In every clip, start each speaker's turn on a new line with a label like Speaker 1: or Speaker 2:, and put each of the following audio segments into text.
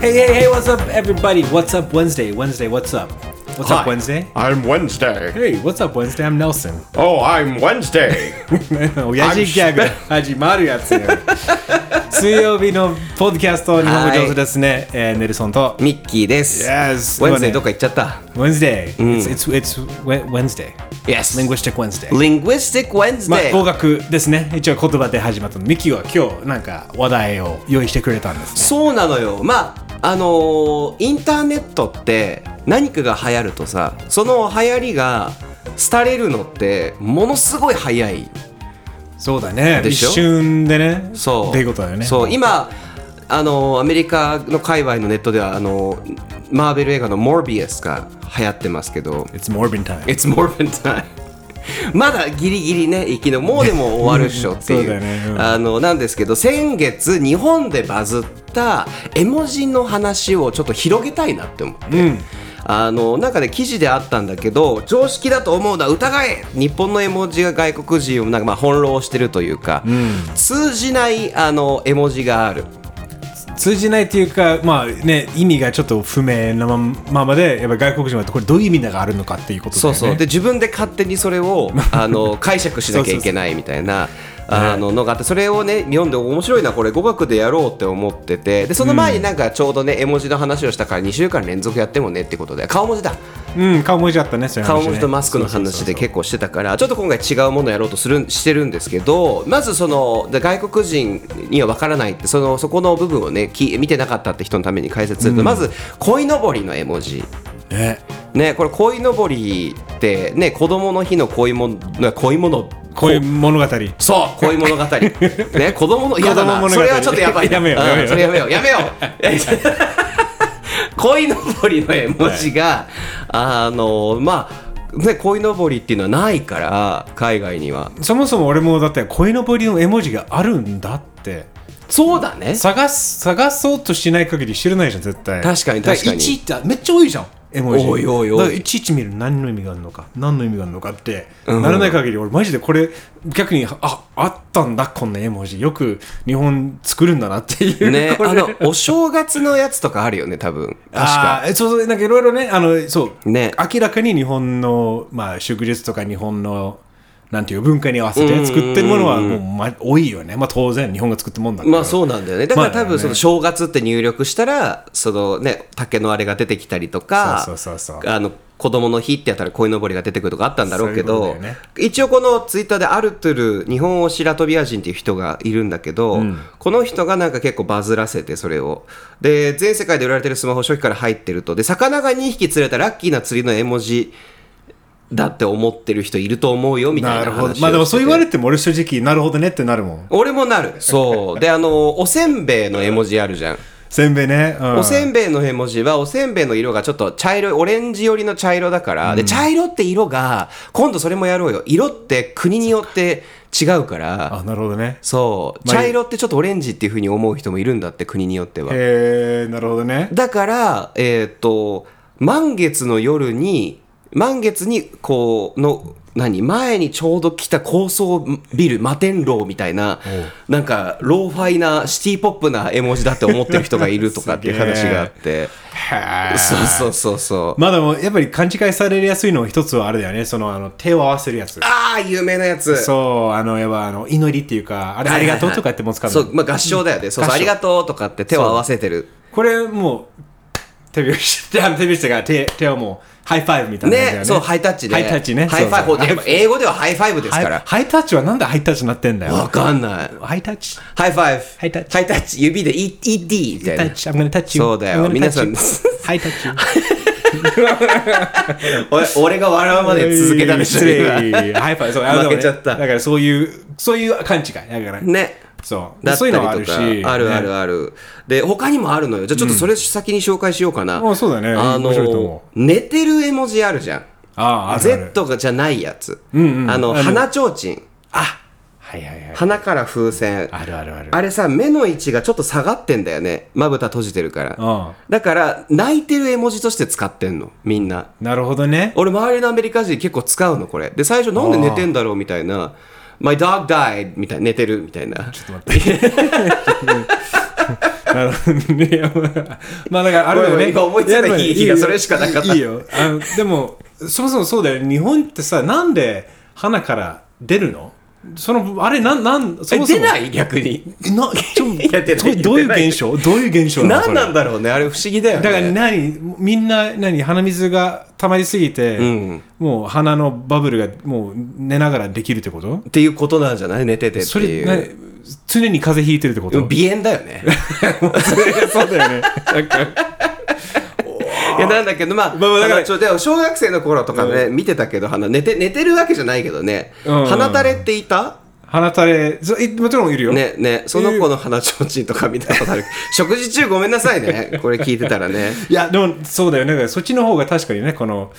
Speaker 1: Hey, hey, hey, what's up, everybody? What's up, Wednesday? Wednesday, what's up? What's up,
Speaker 2: Hi.
Speaker 1: Wednesday?
Speaker 2: I'm Wednesday.
Speaker 1: Hey, what's up, Wednesday? I'm Nelson.
Speaker 2: Oh, I'm Wednesday.
Speaker 1: 親父ギャグ始まるやつよ。水曜日のポッドキャスト、日本語上手ですね。えー、ネルソンと。
Speaker 3: ミッキーです。
Speaker 1: Yes
Speaker 3: ワンズデーどっか行っちゃった。
Speaker 1: Wednesday. It's, it's, it's we- Wednesday.
Speaker 3: Yes
Speaker 1: Linguistic Wednesday.
Speaker 3: Linguistic
Speaker 1: まあ、語
Speaker 3: Wednesday。
Speaker 1: 学ですね。一応言葉で始まったの。ミキは今日、なんか話題を用意してくれたんですね。
Speaker 3: そうなのよ。まあ、あのーインターネットって何かが流行るとさ、その流行りが廃れるのってものすごい早い。
Speaker 1: そうだね。
Speaker 3: で
Speaker 1: 一
Speaker 3: しょ
Speaker 1: 瞬でね。
Speaker 3: そう。
Speaker 1: っていうことだよね。
Speaker 3: そう。今、あのーアメリカの界隈のネットでは、あのーマーベル映画のモービアスが流行ってますけど、
Speaker 1: It's Morbin time.
Speaker 3: It's Morbin Time まだギリギリね生きのもうでも終わるっしょってい
Speaker 1: そう
Speaker 3: う,、
Speaker 1: だよねうん
Speaker 3: あのなんですけど先月日本でバズった絵文字の話をちょっと広げたいなって思って、あのなんかね記事であったんだけど常識だと思うな疑え日本の絵文字が外国人をなんかまあ翻弄してるというか、通じないあの絵文字がある。
Speaker 1: 通じないっていうか、まあね、意味がちょっと不明なまままで、やっぱり外国人はこれどういう意味があるのかっていうことだよ
Speaker 3: そ
Speaker 1: ね。
Speaker 3: うそうで自分で勝手にそれ をあの解釈しなきゃいけないみたいなあののがあってそれをね読んで面白いなこれ語学でやろうって思っててでその前になんかちょうどね絵文字の話をしたから2週間連続やってもねってことで顔文字だ
Speaker 1: うん、顔文字だったね、それ、
Speaker 3: 顔文字とマスクの話で結構してたからちょっと今回違うものやろうとするしてるんですけどまずそので外国人には分からないってそのそこの部分をねき見てなかったって人のために解説するとまず鯉のぼりの絵文字。
Speaker 1: ね。
Speaker 3: ね、これ鯉のぼりって、ね、子供の日の恋もの恋物
Speaker 1: こういう物語。
Speaker 3: そう 恋物語ね子供のいやだ
Speaker 1: 子供物語
Speaker 3: なそれはちょっとやばいな
Speaker 1: やめよう
Speaker 3: うん
Speaker 1: やめよう
Speaker 3: それやめようやめよ う鯉のぼりの絵文字が、あのまあね鯉のぼりっていうのはないから海外には
Speaker 1: そもそも俺もだって、鯉のぼりの絵文字があるんだって。
Speaker 3: そうだね
Speaker 1: 探す探そうとしない限り知らないじゃん絶対
Speaker 3: 確かに
Speaker 1: だ
Speaker 3: 確かに
Speaker 1: いちいちめっちゃ多いじゃん絵文字
Speaker 3: 多い多い多い
Speaker 1: だからいちいち見る何の意味があるのか何の意味があるのかって、ならない限り俺マジでこれ逆にああったんだこんな絵文字よく日本作るんだなっていう
Speaker 3: ね
Speaker 1: これ
Speaker 3: あのお正月のやつとかあるよね多分確
Speaker 1: あ
Speaker 3: か
Speaker 1: ーえそうそうなんかいろいろねあのそう、
Speaker 3: ね
Speaker 1: 明らかに日本の、まあ、祝日とか日本のなんていう文化に合わせて作ってるものはもう、ま、多いよね、まあ、当然日本が作ったもんだから、
Speaker 3: まあそうなんだよね。だから
Speaker 1: まあ
Speaker 3: 多分その正月って入力したら、そのね、竹のあれが出てきたりとか、
Speaker 1: そうそうそうそう
Speaker 3: あの、子供の日ってやったら鯉のぼりが出てくるとかあったんだろうけ
Speaker 1: そういう
Speaker 3: ど、
Speaker 1: ことだよね
Speaker 3: 一応このツイッターでアルトゥル、日本を白飛びア人っていう人がいるんだけど、この人がなんか結構バズらせて、それを。で、全世界で売られてるスマホ初期から入ってると、で、魚が2匹釣れたラッキーな釣りの絵文字だって思ってる人いると思うよ、みた
Speaker 1: な
Speaker 3: いな
Speaker 1: る
Speaker 3: 話
Speaker 1: ほ
Speaker 3: をし
Speaker 1: ど
Speaker 3: てて
Speaker 1: まあでもそう言われても俺正直なるほどねってなるもん
Speaker 3: 俺もなる。そう。で、あの、おせんべいの絵文字あるじゃん。
Speaker 1: せんべいね、うん
Speaker 3: おせんべいの絵文字はおせんべいの色がちょっと茶色いオレンジ寄りの茶色だから、で茶色って色が今度それもやろうよ色って国によって違うから
Speaker 1: あなるほどね
Speaker 3: そう
Speaker 1: まあ
Speaker 3: 茶色ってちょっとオレンジっていうふうに思う人もいるんだって国によっては
Speaker 1: へえなるほどね
Speaker 3: だからえーっと満月の夜に満月にこうの何前にちょうど来た高層ビル摩天楼みたいななんかローファイなシティポップな絵文字だって思ってる人がいるとかっていう話があって
Speaker 1: へえ
Speaker 3: そうそうそうそう
Speaker 1: まあでもやっぱり勘違いされやすいのは一つはあれだよねそのあの手を合わせるやつ
Speaker 3: ああ、有名なやつ。
Speaker 1: そうあのやっぱあの祈りっていうかあれありがとうとかってもう使うの
Speaker 3: そう、まあ合唱だよね。そう
Speaker 1: 合
Speaker 3: そ
Speaker 1: 唱
Speaker 3: う、ありがとうとかって手を合わせてる。
Speaker 1: これもう手拍子手拍子が手手をもうハイファイブみたいな感じだよ
Speaker 3: ね、そう、ハイタッチで。
Speaker 1: ハイタッチね
Speaker 3: ハイファイブ。
Speaker 1: そうそう
Speaker 3: でも英語ではハイファイブです
Speaker 1: ハイ
Speaker 3: から。
Speaker 1: ハイタッチはなんでハイタッチになってんだ
Speaker 3: わ
Speaker 1: よ
Speaker 3: かんない。
Speaker 1: ハイタッチ
Speaker 3: ハイファイブ。
Speaker 1: ハイタッチ
Speaker 3: ハイタッチ。指で E- ED みたい
Speaker 1: タ
Speaker 3: な
Speaker 1: ッ。チ I'm gonna touch you
Speaker 3: そうだよ
Speaker 1: I'm gonna touch
Speaker 3: 皆さん
Speaker 1: you ハイタッチ
Speaker 3: 俺俺が笑うまで続けたでしょ、
Speaker 1: い
Speaker 3: 今
Speaker 1: やいやいやハイファイブそうあ
Speaker 3: 負けちゃった
Speaker 1: でもねだからそういうそういう勘違いだから
Speaker 3: ね。
Speaker 1: そう
Speaker 3: だった
Speaker 1: そうい
Speaker 3: り
Speaker 1: うの
Speaker 3: と
Speaker 1: は
Speaker 3: か
Speaker 1: あるし
Speaker 3: あるある
Speaker 1: ね
Speaker 3: ある、で他にもあるのよじゃあちょっとそれ先に紹介しようかな、
Speaker 1: あそうだね
Speaker 3: あの
Speaker 1: 面白いと思
Speaker 3: 寝てる絵文字あるじゃん
Speaker 1: あああるある
Speaker 3: Z がじゃないやつ、あの鼻ちょうちん
Speaker 1: あはいはいはい
Speaker 3: 鼻から風船
Speaker 1: あるあるある
Speaker 3: あれさ目の位置がちょっと下がってんだよねまぶた閉じてるから、
Speaker 1: うん
Speaker 3: だから泣いてる絵文字として使ってんのみんな
Speaker 1: なるほどね
Speaker 3: 俺周りのアメリカ人結構使うのこれで最初なんで寝てんだろうみたいな「My dog died」みたいな寝てるみたいな
Speaker 1: ちょっと待って待 なるほどね。いやまあまあだからあれだよ
Speaker 3: ごめん
Speaker 1: ね。
Speaker 3: 今思いついたいい日がそれしかなかった
Speaker 1: いいよ。あのでもそもそもそうだよね。日本ってさなんで花から出るの？そのあれなんなんそ
Speaker 3: え
Speaker 1: もそも
Speaker 3: 出ない逆に
Speaker 1: なちょ
Speaker 3: いや出ない
Speaker 1: どどういう現象？どういう現象なの？そ
Speaker 3: 何
Speaker 1: れ
Speaker 3: なんだろうねあれ不思議だよね
Speaker 1: だから何みんな何鼻水が溜まりすぎて、
Speaker 3: ん
Speaker 1: もう鼻のバブルがもう寝ながらできるってこと
Speaker 3: っていうことなんじゃない寝ててって
Speaker 1: そ
Speaker 3: い
Speaker 1: れ
Speaker 3: う
Speaker 1: 何常に風邪ひいてるってこと
Speaker 3: 鼻炎だよね
Speaker 1: そうだよね
Speaker 3: いやなんだけどまあ、
Speaker 1: まあまあだから
Speaker 3: あのちょでも小学生の頃とかね、見てたけど鼻寝て寝てるわけじゃないけどね、
Speaker 1: うん
Speaker 3: 鼻垂れっていた
Speaker 1: 鼻垂れそいもちろんいるよ、
Speaker 3: ねねその子の鼻ちょうちんとか見たことある食事中ごめんなさいねこれ聞いてたらね
Speaker 1: いやでもそうだよねだからそっちの方が確かにねこの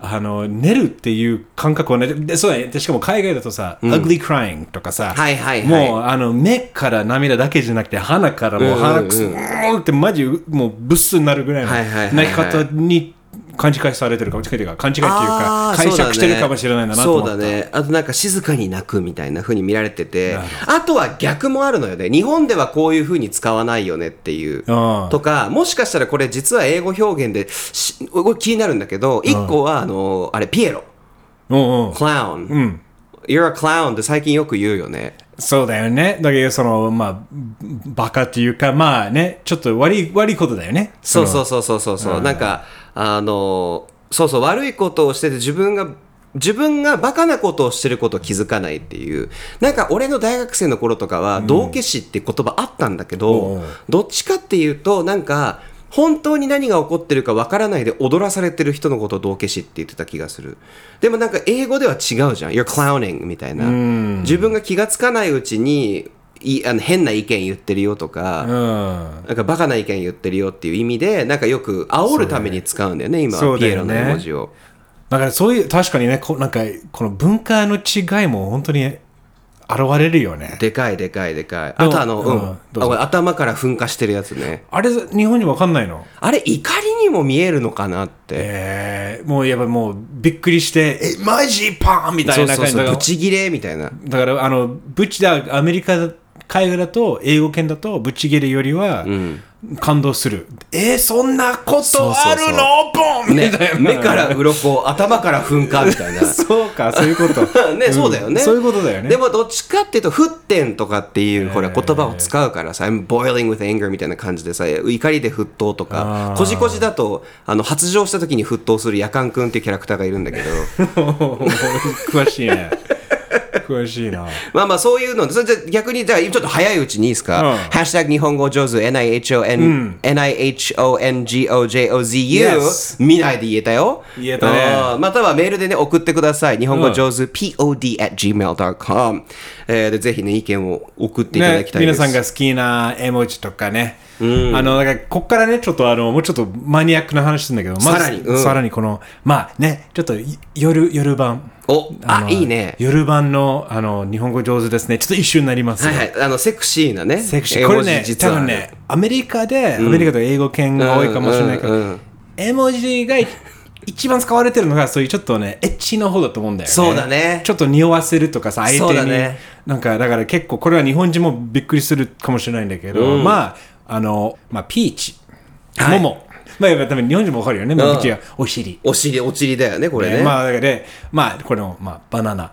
Speaker 1: あの寝るっていう感覚はねでそうだねでしかも海外だとさ「ugly crying」とかさ、
Speaker 3: はいはいはい
Speaker 1: もうあの目から涙だけじゃなくて鼻からもう鼻くすうーんってマジもうブスになるぐらいの
Speaker 3: はいはいはいはい
Speaker 1: 泣き方に勘違いされてるかもしれない勘違いっていうか
Speaker 3: あー
Speaker 1: 解
Speaker 3: そうだね
Speaker 1: 釈してるかもしれないんだなと思った
Speaker 3: そうだねあとなんか静かに泣くみたいな風に見られててあとは逆もあるのよね日本ではこういう風に使わないよねっていう
Speaker 1: あー
Speaker 3: とかもしかしたらこれ実は英語表現でしこれ気になるんだけど一個はあのあれピエロ
Speaker 1: うんうん
Speaker 3: クラウン、
Speaker 1: ん
Speaker 3: You're a clown って最近よく言うよね
Speaker 1: そうだよねだけどそのまあバカっていうかまあねちょっと悪い悪いことだよね
Speaker 3: そうそうそうそうそうそうなんかあのそうそう悪いことをしてて自分が自分がバカなことをしてることを気づかないっていうなんか俺の大学生の頃とかは道化師って言葉あったんだけど、
Speaker 1: うん
Speaker 3: どっちかっていうとなんか本当に何が起こってるかわからないで踊らされてる人のことを道化師って言ってた気がするでもなんか英語では違うじゃん You're clowning みたいな自分が気がつかないうちにいあの変な意見言ってるよとか、
Speaker 1: うん
Speaker 3: なんかバカな意見言ってるよっていう意味で、なんかよく煽るために使うんだよね、今
Speaker 1: そ
Speaker 3: は、
Speaker 1: う
Speaker 3: ピ
Speaker 1: だ
Speaker 3: エ
Speaker 1: よ
Speaker 3: ロ
Speaker 1: ね
Speaker 3: の絵文字を。
Speaker 1: だからそういう確かにねこなんかこの文化の違いも本当に現れるよね
Speaker 3: でかいでかいでかい。
Speaker 1: でも
Speaker 3: あとあの、う
Speaker 1: うん
Speaker 3: ん。あ
Speaker 1: どうぞ
Speaker 3: これ頭から噴火してるやつね。
Speaker 1: あれ日本にわかんないの
Speaker 3: あれ、怒りにも見えるのかなって。
Speaker 1: えー、もうやっぱもうびっくりしてえマジパンみた
Speaker 3: そ
Speaker 1: いうな
Speaker 3: そう
Speaker 1: 感じ
Speaker 3: そ
Speaker 1: だ
Speaker 3: う、
Speaker 1: か
Speaker 3: ブ
Speaker 1: ら
Speaker 3: チギレみたいな。
Speaker 1: だからあのブチだアメリカ海外だと英語圏だとブチギレよりは感動する、えー、そんなことあるのボン
Speaker 3: ね
Speaker 1: みたい、な、
Speaker 3: 目から鱗、頭から噴火みたいな。
Speaker 1: そうかそういうこと
Speaker 3: ね、そうだよね、
Speaker 1: んそういうことだよね
Speaker 3: でもどっちかっていうと「沸点」とかっていうほら言葉を使うからさ「I'm boiling with anger」みたいな感じでさ怒りで沸騰とか
Speaker 1: あー
Speaker 3: こじこじだとあの発情した時に沸騰する夜間くんっていうキャラクターがいるんだけど
Speaker 1: 詳しいね詳しいな
Speaker 3: まあまあそういうのそれじゃ逆にじゃあちょっと早いうちにいいですか「
Speaker 1: うん
Speaker 3: ハッシュタグ日本語上手 NIHON、NIHONGOJOZU
Speaker 1: Yes」
Speaker 3: 見ないで言えたよ
Speaker 1: 言えたね
Speaker 3: うんまたはメールでね、送ってください。日本語上手、pod at gmail.com。えーで、ぜひね、意見を送っていただきたいで
Speaker 1: ね、皆
Speaker 3: す。
Speaker 1: さんが好きな絵文字とかね、あのだからここからねちょっとあのもうちょっとマニアックな話するんだけどまず
Speaker 3: さらにうん
Speaker 1: さらにこのまあねちょっとい夜夜晩
Speaker 3: お、
Speaker 1: あ
Speaker 3: あ、
Speaker 1: の
Speaker 3: いいね。
Speaker 1: 夜晩のあの日本語上手ですねちょっと一瞬になります
Speaker 3: は
Speaker 1: よ、
Speaker 3: いはい。あの、セクシーなね。
Speaker 1: セクシ
Speaker 3: 絵
Speaker 1: ーこれ
Speaker 3: 文字
Speaker 1: ね
Speaker 3: 実
Speaker 1: 多
Speaker 3: はある
Speaker 1: 分ねアメリカで、アメリカと英語圏が多いかもしれないけど、
Speaker 3: うんうんうん
Speaker 1: 絵文字がい一番使われてるのがそういうちょっとねエッチの方だと思うんだよね
Speaker 3: そうだね
Speaker 1: ちょっと匂わせるとかさ相
Speaker 3: そう
Speaker 1: 手
Speaker 3: だ
Speaker 1: に、
Speaker 3: ね
Speaker 1: なんかだから結構これは日本人もびっくりするかもしれないんだけど、まああのまあピーチ、
Speaker 3: はい
Speaker 1: モモまあやっぱ多分日本人もわかるよね、まあ
Speaker 3: うん
Speaker 1: ピーチはお尻、
Speaker 3: お尻、お尻だよね、これね。
Speaker 1: まあだからでまあこの、まあ、バナナ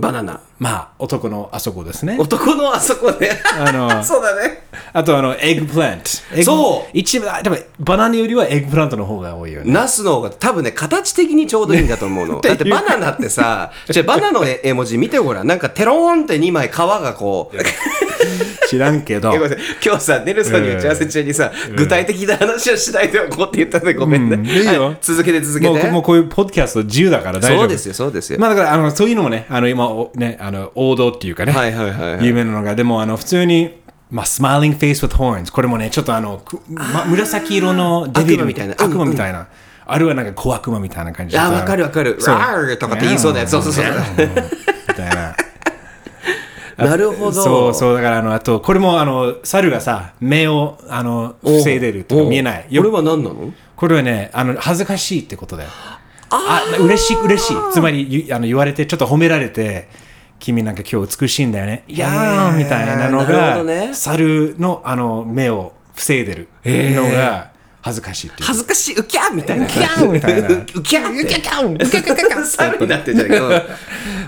Speaker 3: バナナ。
Speaker 1: まあ男のあそこですね
Speaker 3: 男のあそこね。
Speaker 1: あの
Speaker 3: そうだね。
Speaker 1: あとあのエッグプラント
Speaker 3: そう
Speaker 1: 一番多分バナナよりはエッグプラントの方が多い よね
Speaker 3: ナスの方が多分ね、形的にちょうどいいんだと思うの。だってバナナってさ、じゃあバナナの絵文字見てごらん。なんかテローンって2枚皮がこう、
Speaker 1: 知らんけど
Speaker 3: えごめんなさい今日さ、ネルソンに打ち合わせ中にさ、具体的な話をしないでおこうって言ったんで、ごめんね。
Speaker 1: うんいいよ
Speaker 3: はい続けて続け
Speaker 1: もう
Speaker 3: て。
Speaker 1: もうこういうポッドキャスト自由だから大丈夫
Speaker 3: そうですよ、そうですよ。
Speaker 1: まあだからあのそういうのもねあの今おねあの王道っていうかね、
Speaker 3: はいはいはいはい
Speaker 1: 有名なのがでもあの普通にまあ、スマイリングフェイス with horns これもねちょっとあのくま、紫色のデビル
Speaker 3: 悪
Speaker 1: 悪魔
Speaker 3: 魔
Speaker 1: み
Speaker 3: み
Speaker 1: た
Speaker 3: た
Speaker 1: いな、あるいはなんか小悪魔みたいな感じで
Speaker 3: あわかるわかる
Speaker 1: そう
Speaker 3: ラーとかって言いそうなやつそうそうそう
Speaker 1: ラーみたいな
Speaker 3: なるほど。
Speaker 1: そうそうだからあのあとこれもあの猿がさ目をあの
Speaker 3: おう
Speaker 1: 防いでるっていうか見えない
Speaker 3: おうこれ
Speaker 1: よ
Speaker 3: は何なの
Speaker 1: これはねあの恥ずかしいってことだよあ嬉しい嬉しいつまりゆあの言われてちょっと褒められて君なんか今日美しいんだよねいやーみたいなの
Speaker 3: なる
Speaker 1: が
Speaker 3: ほどね
Speaker 1: 猿のあの目を防いでるのが恥ずかしいっていう。
Speaker 3: 恥ずかしい、ウキャーみたいな。ウ
Speaker 1: キャーみたいな
Speaker 3: ウキャーウキャキャンウキャキャキャキャン猿になってんじゃねえか。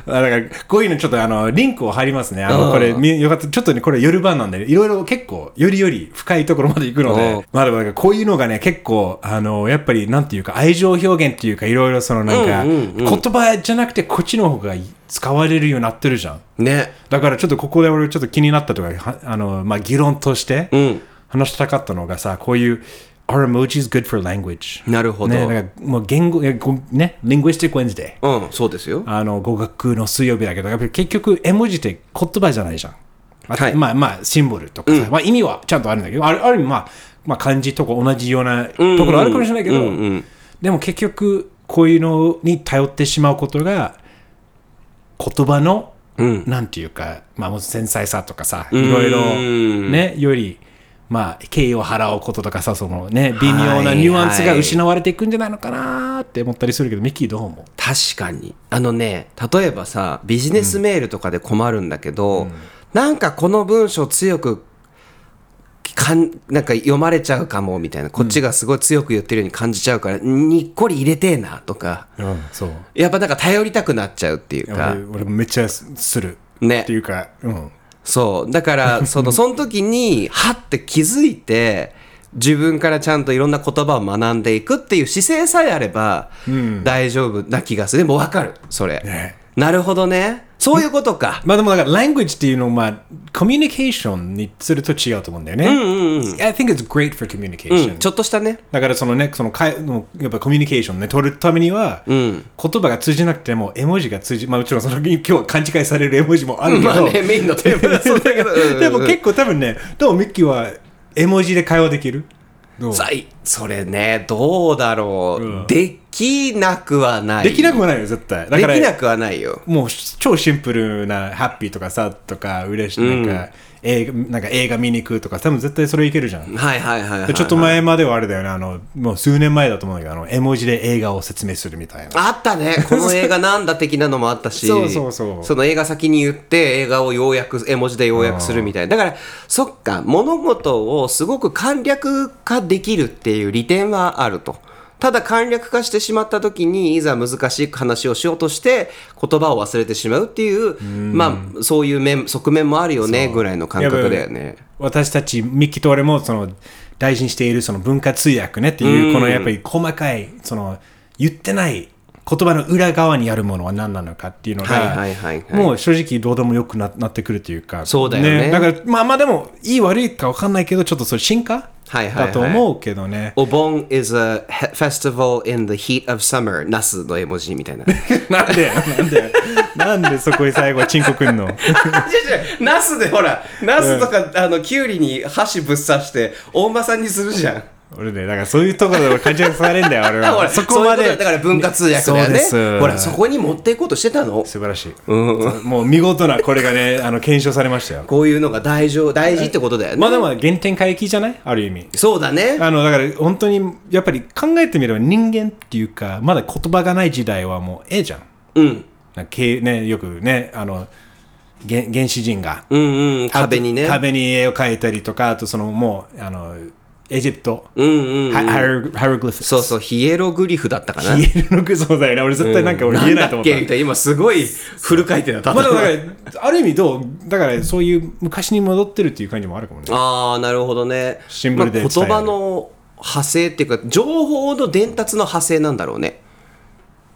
Speaker 1: あだからこういうのちょっとあのリンクを貼りますね。あのこれみよかったちょっとねこれ夜版なんでいろいろ結構よりより深いところまで行くの
Speaker 3: う
Speaker 1: で
Speaker 3: ん、
Speaker 1: まあでもなんかこういうのがね結構あのやっぱりなんていうか愛情表現っていうかいろいろそのなんか
Speaker 3: うんうんうん
Speaker 1: 言葉じゃなくてこっちの方が使われるようになってるじゃん。
Speaker 3: ね。
Speaker 1: だからちょっとここで俺ちょっと気になったとかはあのまあ議論として
Speaker 3: ん
Speaker 1: 話したかったのがさこういう Are emojis good for language?
Speaker 3: なるほど
Speaker 1: ね、なんかもう言語えごね Linguistic Wednesday。
Speaker 3: うん、そうですよ。
Speaker 1: あの語学の水曜日だけど、やっぱり結局、絵文字って言葉じゃないじゃん。あ
Speaker 3: はい
Speaker 1: まあまあ、シンボルとかさ、まあ意味はちゃんとあるんだけど、あるある意味、まあ、まあ、漢字とか同じようなところあるかもしれないけど、でも結局、こういうのに頼ってしまうことが、言葉の、なんていうか、まあ、もう繊細さとかさ、いろいろ、ね、より、まあ、敬意を払うこととかさ、そのね、微妙なニュアンスが失われていくんじゃないのかなーって思ったりするけど、ミッキーどう思う
Speaker 3: 確かに。あのね、例えばさ、ビジネスメールとかで困るんだけど、なんかこの文章強く、かんなんか読まれちゃうかもみたいな、こっちがすごい強く言ってるように感じちゃうから、にっこり入れてえなとか、
Speaker 1: うん、そう。
Speaker 3: やっぱなんか頼りたくなっちゃうっていうか
Speaker 1: 俺、俺めっちゃする
Speaker 3: ね
Speaker 1: っていうか、うん、
Speaker 3: そう。だから、その、その時に、はって気づいて、自分からちゃんといろんな言葉を学んでいくっていう姿勢さえあれば、大丈夫な気がする。でもわかる、それ、
Speaker 1: ね
Speaker 3: なるほどね。そういうことか。
Speaker 1: まあでもだから language っていうのは、まあ、コミュニケーションにすると違うと思うんだよね、I think it's great for communication、
Speaker 3: うん、ちょっとしたね。
Speaker 1: だからそのねそのかいもうやっぱコミュニケーションね取るためには、言葉が通じなくても絵文字が通じまあもちろんその今日は勘違いされる絵文字もあるけど、
Speaker 3: まあね、メインのテーマだそうだけど。
Speaker 1: でも結構多分ねどうもミッキーは絵文字で会話できるどう
Speaker 3: さいそれね、どうだろう、できなくはない。
Speaker 1: できなくもないよ絶対だ
Speaker 3: で
Speaker 1: から
Speaker 3: きなくはないよ。
Speaker 1: もう超シンプルなハッピーとかさとか嬉しい、なんか映画なんか映画見に行くとか多分絶対それいけるじゃん、
Speaker 3: はいはいはい、はい。
Speaker 1: でちょっと前まではあれだよねあのもう数年前だと思うんだけどあの絵文字で映画を説明するみたいな
Speaker 3: あっ たね。この映画なんだ的なのもあったし。
Speaker 1: そうそうそう
Speaker 3: その映画先に言って、映画を要約、絵文字で要約するみたいな。だから、そっか、物事をすごく簡略化できるっていう利点はあると。ただ簡略化してしまった時にいざ難しい話をしようとして言葉を忘れてしまうっていうまあそういう面側面もあるよねぐらいの感覚だよね。
Speaker 1: 私たちミッキーと俺もその大事にしているその文化通訳ねっていう、このやっぱり細かいその言ってない言葉の裏側にあるものは何なのかっていうのが、
Speaker 3: はいはいはいはい
Speaker 1: もう正直どうでもよくななってくるというか
Speaker 3: そうだよね
Speaker 1: だからまあまあでもいい悪いか分かんないけどちょっとそれ進化、
Speaker 3: はいはいはい
Speaker 1: だと思うけどね
Speaker 3: お盆 is a he- festival in the heat of summer ナスの絵文字み たいな。
Speaker 1: なんでなんでなんでそこに最後はチンコくんの
Speaker 3: 違う違うナスでほらナスとか、あのキュウリに箸ぶっ刺して大間さんにするじゃん
Speaker 1: 俺ねだからそういうところで俺感じされるんだよ俺
Speaker 3: だから
Speaker 1: はそこま
Speaker 3: そういう
Speaker 1: で
Speaker 3: とだから文化通訳だよね
Speaker 1: そうです
Speaker 3: ほらそこに持っていこうとしてたの
Speaker 1: 素晴らしい、もう見事なこれがね あの検証されましたよ
Speaker 3: こういうのが大丈夫大事ってことだよね、
Speaker 1: まあでも原点回帰じゃないある意味
Speaker 3: そうだね
Speaker 1: あのだから本当にやっぱり考えてみれば人間っていうかまだ言葉がない時代はもう絵じゃん
Speaker 3: うん
Speaker 1: なんかけねよくねあの原原始人が
Speaker 3: うんうん壁にね
Speaker 1: 壁に絵を描いたりとかあとそのもうあのエジプト、
Speaker 3: うんうん
Speaker 1: ハハイロハイログリフィス
Speaker 3: そうそうヒエログリフだったかな
Speaker 1: 言えるのくそうだよね俺絶対なんか俺言えないと思っ
Speaker 3: なんだっけみ
Speaker 1: た、
Speaker 3: たいな今すごいフル回転だった、
Speaker 1: まあでもだからある意味どうだからそういう昔に戻ってるっていう感じもあるかもね
Speaker 3: ああなるほどね
Speaker 1: シンプルで
Speaker 3: まあ
Speaker 1: 伝え
Speaker 3: 言
Speaker 1: る
Speaker 3: 葉の派生っていうか情報の伝達の派生なんだろうね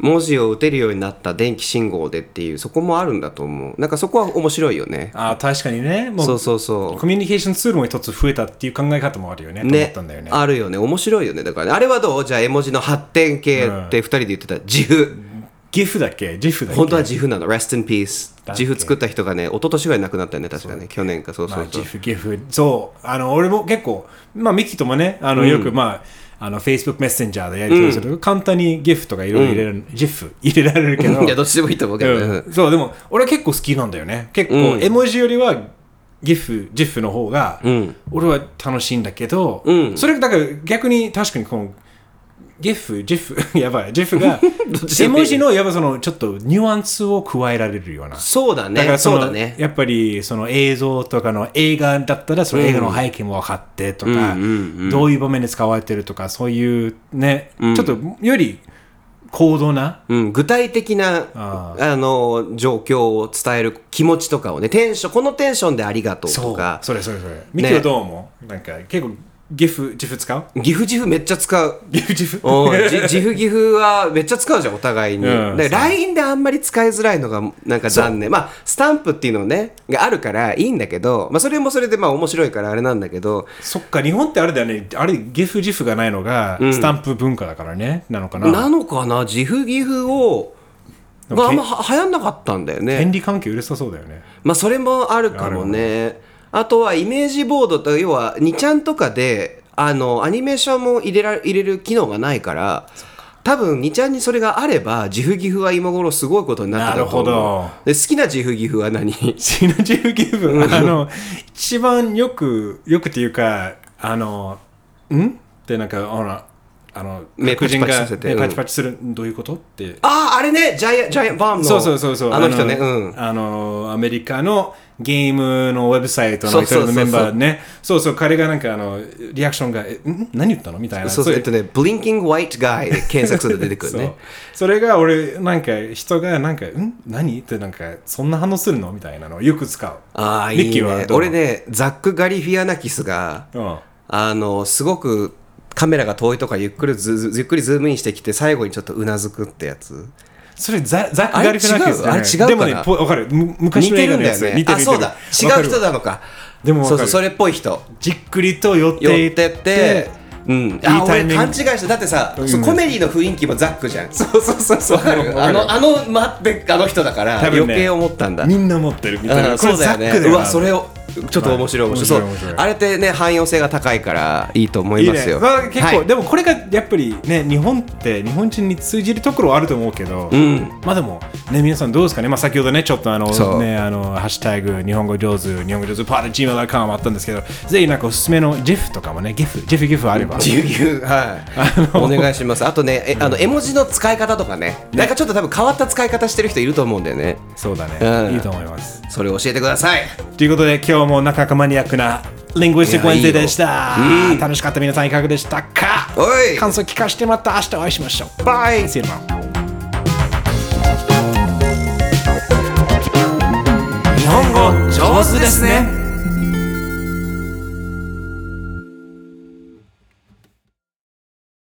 Speaker 3: 文字を打てるようになった電気信号でっていうそこもあるんだと思うなんかそこは面白いよね
Speaker 1: ああ確かにねもう
Speaker 3: そうそうそ
Speaker 1: コミュニケーションツールも一つ増えたっていう考え方もあるよね
Speaker 3: う
Speaker 1: と思
Speaker 3: ね
Speaker 1: ったんだよね
Speaker 3: あるよね面白いよねだからねあれはどうじゃあ絵文字の発展系って2人で言ってた自負
Speaker 1: ギフだっけジフだっけ
Speaker 3: 本当は自負なの Rest in peace
Speaker 1: だっけ
Speaker 3: 自負作った人がね一昨年ぐらい亡くなったよね確かね去年かそうそうそう
Speaker 1: まあ、ジフギフそうあの俺も結構まあミキともねあの、よくまああの Facebook メッセンジャーでやり取りすると、簡単にギフとかいろいろ入れられる、ジフ入れられるけど
Speaker 3: いやどっちでもいいと思うけどねうん
Speaker 1: うんそうでも俺は結構好きなんだよね結構絵文字よりはギフジフの方が俺は楽しいんだけど、それだから逆に確かにこのゲフ、ジェフ、 やばい、ジェフ が
Speaker 3: っちで
Speaker 1: 絵
Speaker 3: もいい
Speaker 1: 文字のやっぱそのちょっとニュアンスを加えられるような。
Speaker 3: そうだ
Speaker 1: だか
Speaker 3: ね。
Speaker 1: らそ
Speaker 3: そう
Speaker 1: の
Speaker 3: だね。
Speaker 1: やっぱりその映像とかの映画だったらその映画の背景も分かってとか、どういう場面で使われてるとかそういうね、ちょっとより高度な
Speaker 3: うん、具体的なあの状況を伝える気持ちとかをねテンションこのテンションでありがとうとか
Speaker 1: それそれそれミキはどう思う、なんか結構ギフジフ使う
Speaker 3: ギフジフめっちゃ使う。
Speaker 1: ギフジフ
Speaker 3: うんじジフギフはめっちゃ使うじゃんお互いに、
Speaker 1: うんそ
Speaker 3: で
Speaker 1: う
Speaker 3: LINE であんまり使いづらいのがなんか残念まあスタンプっていうのねがあるからいいんだけど、まあ、それもそれでまあ面白いからあれなんだけど
Speaker 1: そっか日本ってあれだよねあれギフジフがないのがスタンプ文化だからね、なのかな
Speaker 3: なのかなジフギフを
Speaker 1: でも
Speaker 3: があ
Speaker 1: け
Speaker 3: んまは流行んなかったんだよね
Speaker 1: 権利関係うるさそうだよね
Speaker 3: まあそれもあるかもねあとはイメージボードと要は2ちゃんとかであのアニメーションも入れら入れる機能がないから多分2ちゃんにそれがあればジフギフは今頃すごいことになってたと思う
Speaker 1: なるほ
Speaker 3: で好きなジフギフは何
Speaker 1: シナジーギブ、あの、一番よく、よくっていうか、あの、んってなんか、ほら、あの、
Speaker 3: 目
Speaker 1: 黒人が
Speaker 3: パチパチさせて
Speaker 1: 目
Speaker 3: うん
Speaker 1: パチパチする、どういうことって。
Speaker 3: あああれねジャイアンジャイアンバームの
Speaker 1: そうそうそうそう。
Speaker 3: あの人ねうん
Speaker 1: あの、アメリカのゲームのウェブサイト
Speaker 3: そ
Speaker 1: の
Speaker 3: う
Speaker 1: 一
Speaker 3: そう
Speaker 1: 人
Speaker 3: そ
Speaker 1: の
Speaker 3: う
Speaker 1: メンバーね。そうそう、彼がなんか、あの、リアクションが、えん何言ったのみたいな。
Speaker 3: そうそうえっとね「ブリンキング・ワイト・ガイ」で検索すると出てく る
Speaker 1: そう
Speaker 3: ね
Speaker 1: それが俺なんか人がなんか「ん何?」ってなんかそんな反応するのみたいなのをよく使う
Speaker 3: ああい
Speaker 1: ミッ
Speaker 3: い
Speaker 1: キーは
Speaker 3: ね
Speaker 1: どう
Speaker 3: 俺ねザック・ガリフィアナキスが
Speaker 1: うん
Speaker 3: あのすごくカメラが遠いとかゆっくりずずゆっくりズームインしてきて最後にちょっとうなずくってやつ
Speaker 1: それザザック・
Speaker 3: あれ
Speaker 1: ガリフィアナキスじゃない
Speaker 3: 違
Speaker 1: で
Speaker 3: うあれ違うか
Speaker 1: も
Speaker 3: な
Speaker 1: ねぽわかるむ昔
Speaker 3: 似
Speaker 1: の
Speaker 3: て
Speaker 1: 映
Speaker 3: る
Speaker 1: 画
Speaker 3: ん
Speaker 1: の
Speaker 3: だ
Speaker 1: や
Speaker 3: よ
Speaker 1: つ
Speaker 3: ねあそうだ違う人なのか
Speaker 1: でもわ
Speaker 3: そ
Speaker 1: か
Speaker 3: う
Speaker 1: る
Speaker 3: そうそれっぽい人
Speaker 1: じっくりと寄っ
Speaker 3: 寄
Speaker 1: てい
Speaker 3: ってってうん、
Speaker 1: い
Speaker 3: あ
Speaker 1: いタイミ
Speaker 3: 俺
Speaker 1: ング
Speaker 3: 勘違いしただってさ、
Speaker 1: ん
Speaker 3: そうコメディの雰囲気もザックじゃんそうそうそうそうかる
Speaker 1: わか
Speaker 3: あ
Speaker 1: る
Speaker 3: のあの待ってあの人だから、
Speaker 1: 多分ね
Speaker 3: 余計思ったんだ
Speaker 1: みんな持ってるみたい
Speaker 3: うん
Speaker 1: なこ
Speaker 3: そ
Speaker 1: れ
Speaker 3: うだ
Speaker 1: ザ
Speaker 3: よ
Speaker 1: ックだ
Speaker 3: ね
Speaker 1: よ
Speaker 3: う
Speaker 1: な
Speaker 3: わそれをちょっと面白い面白
Speaker 1: 面白い
Speaker 3: い,、
Speaker 1: 面白い
Speaker 3: そうあれってね汎用性が高いからいいと思
Speaker 1: い
Speaker 3: い
Speaker 1: い
Speaker 3: ま
Speaker 1: ね
Speaker 3: すよ
Speaker 1: まあ結構、
Speaker 3: はい
Speaker 1: でもこれがやっぱりね日本って日本人に通じるところはあると思うけど、まあでもね皆さんどうですかねまあ先ほどねちょっとあの
Speaker 3: そう
Speaker 1: ねあのハッシュタグ日本語上手日本語上手パーティーチーム .com あったんですけどぜひなんかおすすめのジェフとかもねギフジェフギフあれば
Speaker 3: 自由はいお願いしますあとねえあの絵文字の使い方とかねなんかちょっと多分変わった使い方してる人いると思うんだよね
Speaker 1: そうだね、
Speaker 3: うん
Speaker 1: いいと思います
Speaker 3: それ教えてください
Speaker 1: ということで今日もなかなかマニアックなリングイスティック
Speaker 3: い
Speaker 1: ワ
Speaker 3: や
Speaker 1: ン
Speaker 3: いい
Speaker 1: デ
Speaker 3: よ
Speaker 1: ーでした、楽しかった皆さんいかがでしたか
Speaker 3: おい
Speaker 1: 感想聞かせてまた明日お会いしましょう
Speaker 3: バイ
Speaker 1: See you tomorrow
Speaker 3: 日本語上手ですね